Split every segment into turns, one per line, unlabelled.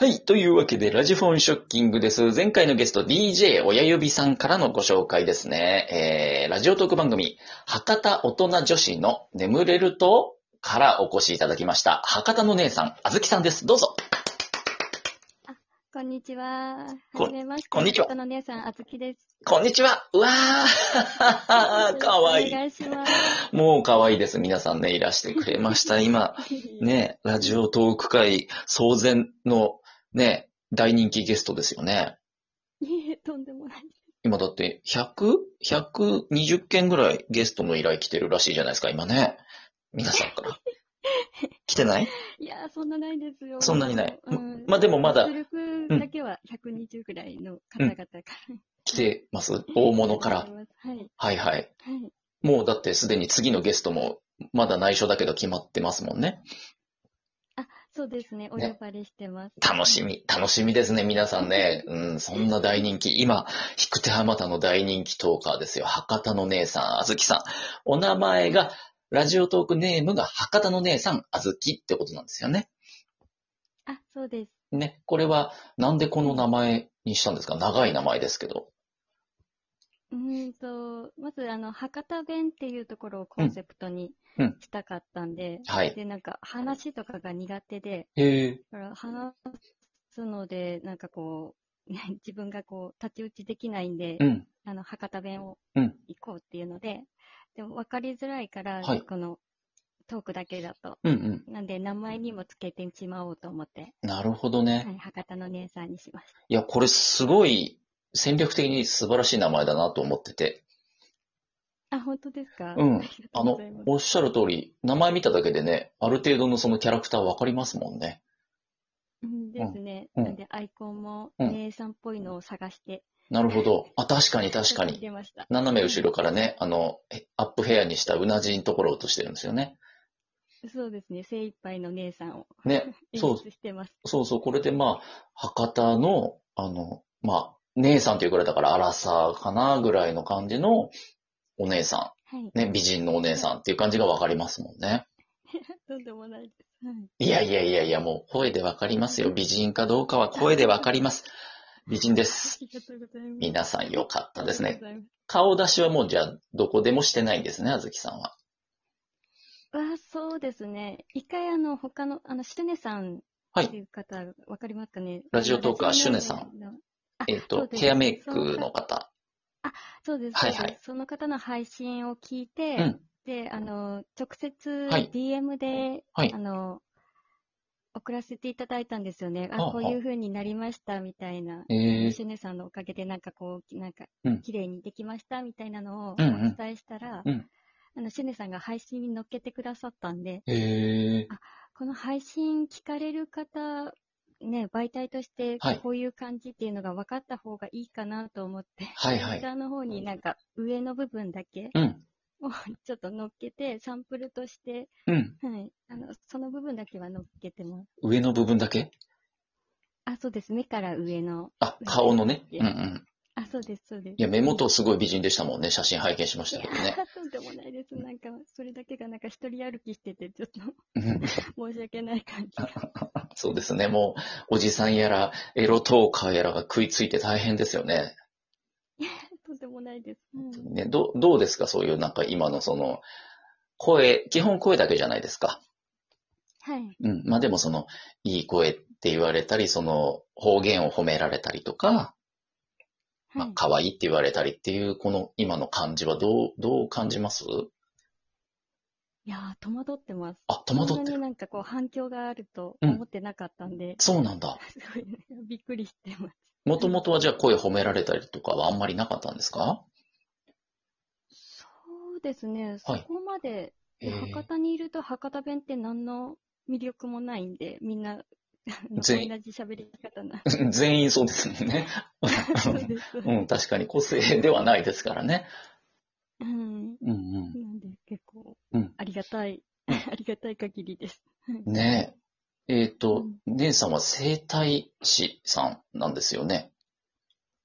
はい。というわけで、ラジフォンショッキングです。前回のゲスト、DJ 親指さんからのご紹介ですね。えー、ラジオトーク番組、博多大人女子の眠れるとからお越しいただきました。博多の姉さん、あずきさんです。どうぞ。
こんにちは。
こん
はじめまして。
こんにちは
あの姉さん、あずきです。
こんにちは。うわー。かわい
お
い。
願いし ます。
もうかわいいです。皆さんね、いらしてくれました。今、ね、ラジオトーク会騒然のね、大人気ゲストですよね。
いえ、とんでもない。
今だって100、120件ぐらいゲストの依頼来てるらしいじゃないですか、今ね。皆さんから。来てない
いやー、そんなないですよ。
そんなにない
うん、
まあでもまだ
実力だけは120ぐらいの方々から。
来てます大物から。
はい。はい。
はいはい。もうだってすでに次のゲストも、まだ内緒だけど決まってますもんね。
そうですね。お呼ばれしてます。
楽しみ、楽しみですね、皆さんね。うん、そんな大人気。今、引く手浜田の大人気トーカーですよ。博多の姉さん、あずきさん。お名前が、ラジオトークネームが博多の姉さん、あずきってことなんですよね。
あ、そうです。
ね、これはなんでこの名前にしたんですか長い名前ですけど。
うーんと、まず、あの、博多弁っていうところをコンセプトに
うん
したかったんで、
はい。
で、なんか、話とかが苦手で、
へえ。
だから話すので、なんかこう、 ね自分がこう、太刀打ちできないんで、
うん。
あの、博多弁を
うん
行こうっていうので、でも分かりづらいから、
はい
このトークだけだと。
うんうん。
なんで、名前にもつけてしまおうと思って、
なるほどね。
はい、博多の姉さんにしました。
いや、これすごい戦略的に素晴らしい名前だなと思ってて。
あ、本当ですか
うん
ありがと
あ
うご
の
ざいま、す
おっしゃる通り、名前見ただけでね、ある程度のそのキャラクターわかりますもんね。
うんですね。
うん
なんで、アイコンも
うん
姉さんっぽいのを探して、
なるほど。あ、確かに確かに。
出ました。
斜め後ろからね、あの、えアップヘアにしたうなじのところを落としてるんですよね。
そうですね。精一杯の姉さんを
ね、
演
そう
出してます。
そうそう、これでまあ、博多の、あの、まあ、姉さんというくらいだから、アラサーかなぐらいの感じのお姉さ
はい。
ん。ね、美人のお姉さんっていう感じがわかりますもんね。
とんでもないです。はい。
いやいやいやいや、もう声でわかりますよ。美人かどうかは声でわかります。美人で
あ
す。
りがとうございます。
皆さんよかったです
あり
ね。
がとうございます。
顔出しはもうじゃあ、どこでもしてないんですね、あずきさんは。
あ、そうですね。一回、あの、他の、あの、シュネさん
はい
っていう方、わかりますかね。
ラジオトーカー
ラジオネ
シュネさ
の。
えっ
そ
と
う、です
ヘアメイクの方。
そうです。
はい
そうです
はい
その方の配信を聞いて、
うん
で、あの、直接
はい
DM で、
はい
あの、送らせていただいたんですよね。
あ
あ、
あ
こういう風になりました、みたいな。
ええ
シュネさんのおかげで、なんかこう、なんか
うん、
綺麗にできました、みたいなのをお
うんうん
伝えしたら、
うん
あの、シュネさんが配信に乗っけてくださったんで、
へえ
この配信聞かれる方、ね、媒体として
はい
こういう感じっていうのが分かった方がいいかなと思って、
はいはい
Twitter の方になんか上の部分だけ
うん、
をちょっと乗っけて、サンプルとして、
うん。
はい、あのその部分だけは乗っけてます。
上の部分だけ
あ、そうです。目から上の。
あ、顔のね。うんうん。
あ、そうです、そうです。
いや、目元すごい美人でしたもんね。写真拝見しましたけどね。
とんでもないです。なんか、それだけがなんか一人歩きしてて、ちょっ
うん
と申し訳ない感じが。
そうですね。もう、おじさんやら、エロトーカーやらが食いついて大変ですよね。
とんでもないです。うん
ねどうどうですかそういうなんか今のその、声、基本声だけじゃないですか。
はい。
うん。まあでもその、いい声って言われたり、その、方言を褒められたりとか、ま
は
あ
い、
可愛いって言われたりっていう、この今の感じはどう、どう感じます
いやー、戸惑ってます。
あ、戸惑っ
そん
て
な
る。
になんかこう反響があると
うん
思ってなかったんで、
そうなんだ。
すごいねびっくりしてます。
もともとはじゃあ声褒められたりとかはあんまりなかったんですか
そうですね、そこまで、
えー
博多にいると博多弁って何の魅力もないんで、み んな、同じ
全員
喋り 方な。
全員そうですもんね。
そうで す。
うん、確かに個性ではないですからね。
うん。
うんうん。
なんで結構
うん、
ありがたい、
うん
ありがたい限りです。
ねえ。えっ、と、
うん
姉さんは整体師さんなんですよね。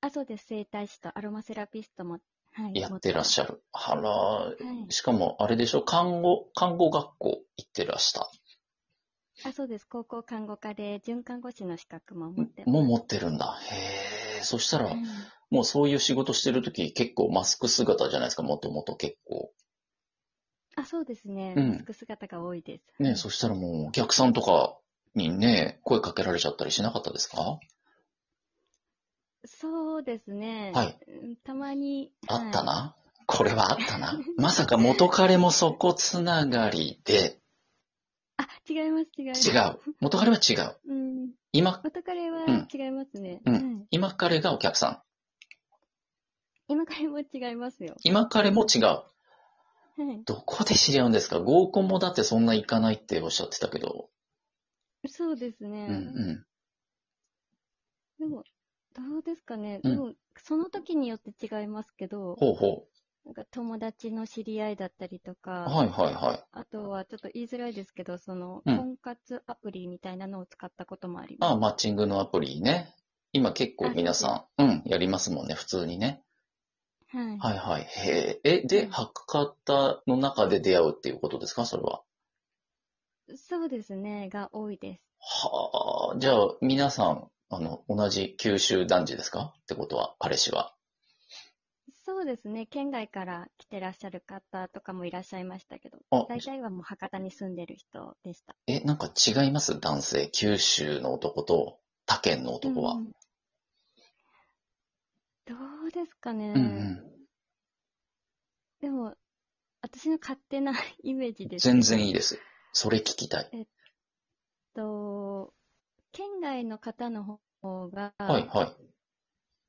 あ、そうです。整体師とアロマセラピストも、はい。
やってらっしゃる。あら、
ゃはい。
しかもあれでしょ看護、看護学校行ってらした。
あ、そうです。高校看護科で、准看護師の資格も持ってます。
もう持ってるんだ。へえ。そしたら、
はい
もうそういう仕事してるとき、結構マスク姿じゃないですか、もともと結構。
あ、そうですね。
うん
マスク姿が多いです。
ねそしたらもう、お客さんとかにね、声かけられちゃったりしなかったですか
そうですね。
はい
うんたまに。
あった
はい
な。これはあったな。まさか元彼もそこつながりで、
あ、違います、違います。
違う。元彼は違う。
うん。
今、
元彼は
うん
違いますね。
うん
はい
今彼がお客さん。
今彼も違いますよ。
今彼も違う。
はい。
どこで知り合うんですか合コンもだってそんな行かないっておっしゃってたけど。
そうです
う
ね
ん。う
でも、どうですかね。
うん
でも、その時によって違いますけど
ん。、ほうほ
なんか友達の知り合いだったりと
う。
か、
はいはいはい。
あとはちょっと言いづらいですけど、その、
うん
婚活アプリみたいなのを使ったこともあります。
ああ、マッチングのアプリね。今結構皆さん、うん、やりますもんね、普通にね。
はい。
はいはい。へえ。え、で、博多の中で出会うっていうことですかそれは。
そうですね、が多いです。
はあ、じゃあ、皆さん、あの、同じ九州男児ですかってことは、彼氏は。
そうですね、県外から来てらっしゃる方とかもいらっしゃいましたけど、
あ、
大体はもう博多に住んでる人でした。
え、なんか違います男性。九州の男と他県の男は。
う
うん
んどうですかね、
うん。
でも、私の勝手なイメージですけど。
全然いいです。それ聞きたい。
と、県外の方の方が、
はい、はい。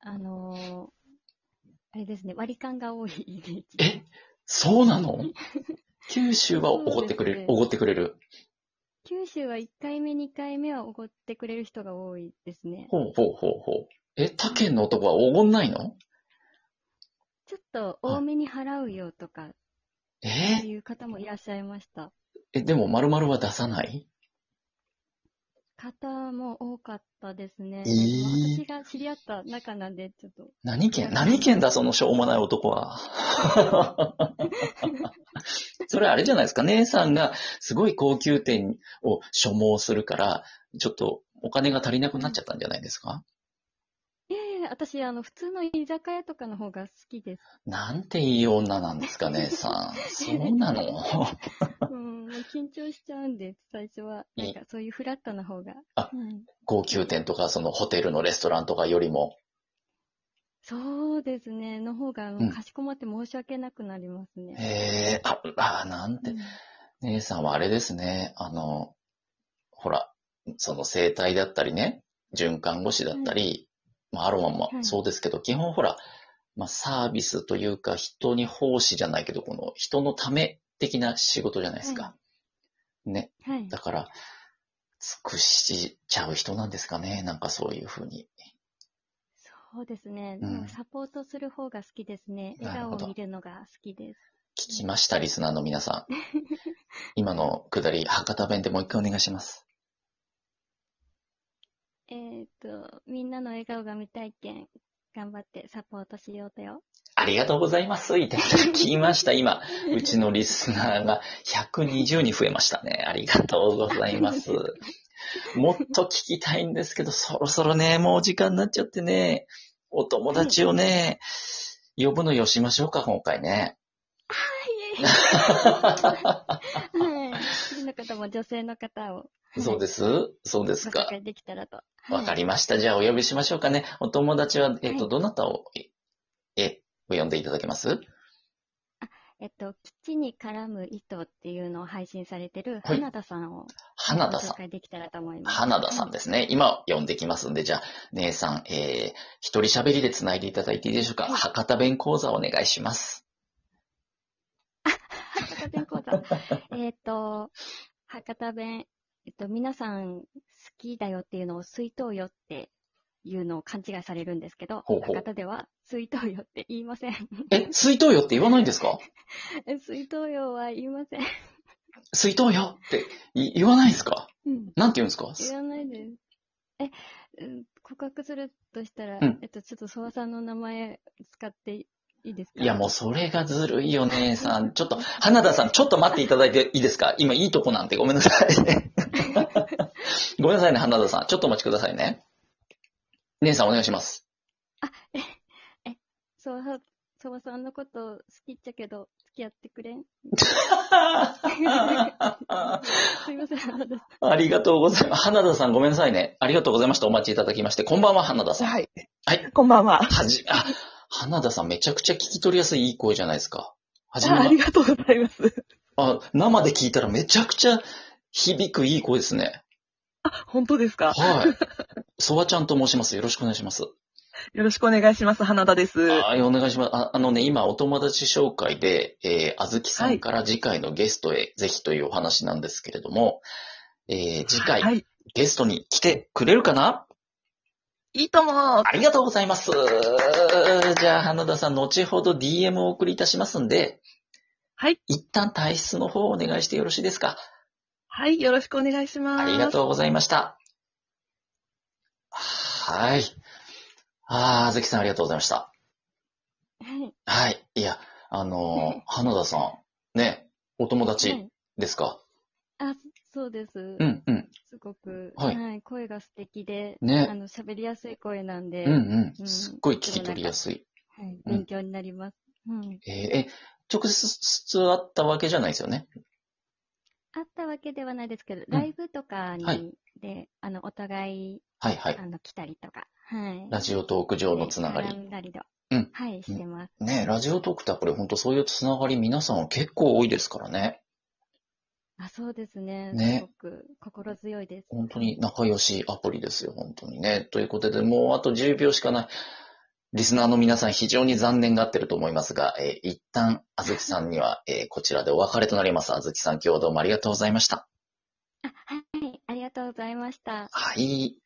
あのーあれですね、割り勘が多いイメージ。
えそうなの九州はおごってくれる
そうですね、
おごってくれる。
九州は1回目、2回目はおごってくれる人が多いですね。
ほうほうほうほう。え、他県の男はおごんないの
ちょっと多めに払うよとか、そう
え
いう方もいらっしゃいました。
え、でも丸々は出さない
方も多かったですね。
えー
私が知り合った中なんで、ちょっと。
何県何県だ、そのしょうもない男は。それあれじゃないですか。姉さんがすごい高級店を所望するから、ちょっとお金が足りなくなっちゃったんじゃないですか、
いやいや、私、あの、普通の居酒屋とかの方が好きです。
なんていい女なんですか、姉さん。そうなの
うん、もう緊張しちゃうんで、最初は。なんか、そういうフラットな方が。
あ
うん
高級店とか、そのホテルのレストランとかよりも。
そうですね。の方が、あ
うん
のかしこまって申し訳なくなりますね。
へえ、あ、あ、なんて
うん。
姉さんはあれですね、あの、ほら、その生体だったりね、循環護士だったり、まあアロマも
はい
そうですけど、基本ほら、まあサービスというか人に奉仕じゃないけど、この人のため的な仕事じゃないですか。ね。
はい
だ。から、尽くしちゃう人なんですかね、なんかそういうふうに。
そうですね。
うん
でもサポートする方が好きですね。
な
笑
るほ
顔
ど
を見るのが好きです。
聞きました、リスナーの皆 さん。今のくだり、博多弁でもう一回お願いします。
えっ、と、みんなの笑顔が見たいけん、頑張ってサポートしよう とよ。
ありがとうございます。いただきま した、今。うちのリスナーが120に増えましたね。ありがとうございます。もっと聞きたいんですけど、そろそろね、もう時間になっちゃってね、お友達をね、呼ぶのよしましょうか、今回ね。
はい。次の方も女性の方を。
そうですそうです
ご
か
紹。介できたらと。
わか
り
りました。じゃあお呼びしましょうかね。お友達は、えっ、
は
と、
い
どなたを、ええ、お呼んでいただけます
えっと、基地に絡む糸っていうのを配信されてる
はい
花田さんをご
花田さ
紹
ん。
介できたらと思います。
花田さんですね。今、呼んできますんで、じゃあ、姉さん、えー、一人喋りで繋いでいただいていいでしょうか。
はい
博多弁講座お願いします。
博多弁講座。 えっと、博多弁、えっと、皆さん好きだよっていうのを水筒よっていうのを勘違いされるんですけど、
ほうほう
博多では水筒よって言いません。
え、水筒よって言わないんですか
水筒よは言いません。
水筒よってい言わないんですか
うん。
なんて言うんですか
言わないです。え、うん告白するとしたら、
うん
えっと、ちょっと諏訪さんの名前使っていいですか
いや、もうそれがずるいよ、姉さん。ちょっと、花田さん、ちょっと待っていただいていいですか今いいとこなんてごめんなさい。ごめんなさいね、花田さん。ちょっとお待ちくださいね。姉さんお願いします。
そうは、そばさんのこと好きっちゃけど、付き合ってくれん すいません、あの
ありがとうございます。花田さんごめんなさいね。ありがとうございました。お待ちいただきまして。こんばんは、花田さん。
はい。
はい。
こんばんは。
はじ、あ、花田さんめちゃくちゃ聞き取りやすいいい声じゃないですか。はじめ
ああり
ま、
がとうございます。
あ、生で聞いたらめちゃくちゃ響くいい声ですね。
本当ですか
はい。ソワちゃんと申します。よろしくお願いします。
よろしくお願いします。花田です。
はい、お願いします。ああのね、今お友達紹介で、えー、あずきさんから次回のゲストへぜひというお話なんですけれども、えー、次回、
はい。
ゲストに来てくれるかない
いとも
ありがとうございます。じゃあ、花田さん、後ほど DM をお送りいたしますんで、
はい。
一旦退出の方をお願いしてよろしいですか
はい。よろしくお願いします。
ありがとうございました。はい。あー、あずきさんありがとうございました。
はい。
はい。いや、あのー、花田さん、ね、お友
は
達
い
ですか、
あ、そうです。
うん、うん、
すごく、
はい
声が素敵で、
ね
あの、喋りやすい声なんで、
うん、う。
うんん
すっごい聞き取りやすい。
はい、
うん
勉強になります。うん。
えーえ、直接会ったわけじゃないですよね。
あったわけではないですけど、ライブとかに、
はい
で、あの、お互い、
はい、はい。
あの、来たりとか、はい。
ラジオトーク上のつなが
絡
り。
んだりと
うん
はい、してます。
ねラジオトークってこれ本当そういうつながり皆さんは結構多いですからね。
あ、そうですね。
ね
すごく心強いです。
本当に仲良しアプリですよ、本当にね。ということで、もうあと10秒しかない。リスナーの皆さん非常に残念がってると思いますが、えー一旦、あずきさんには、えーこちらでお別れとなります。あずきさん、今日はどうもありがとうございました。
あ、はい、ありがとうございました。
はい。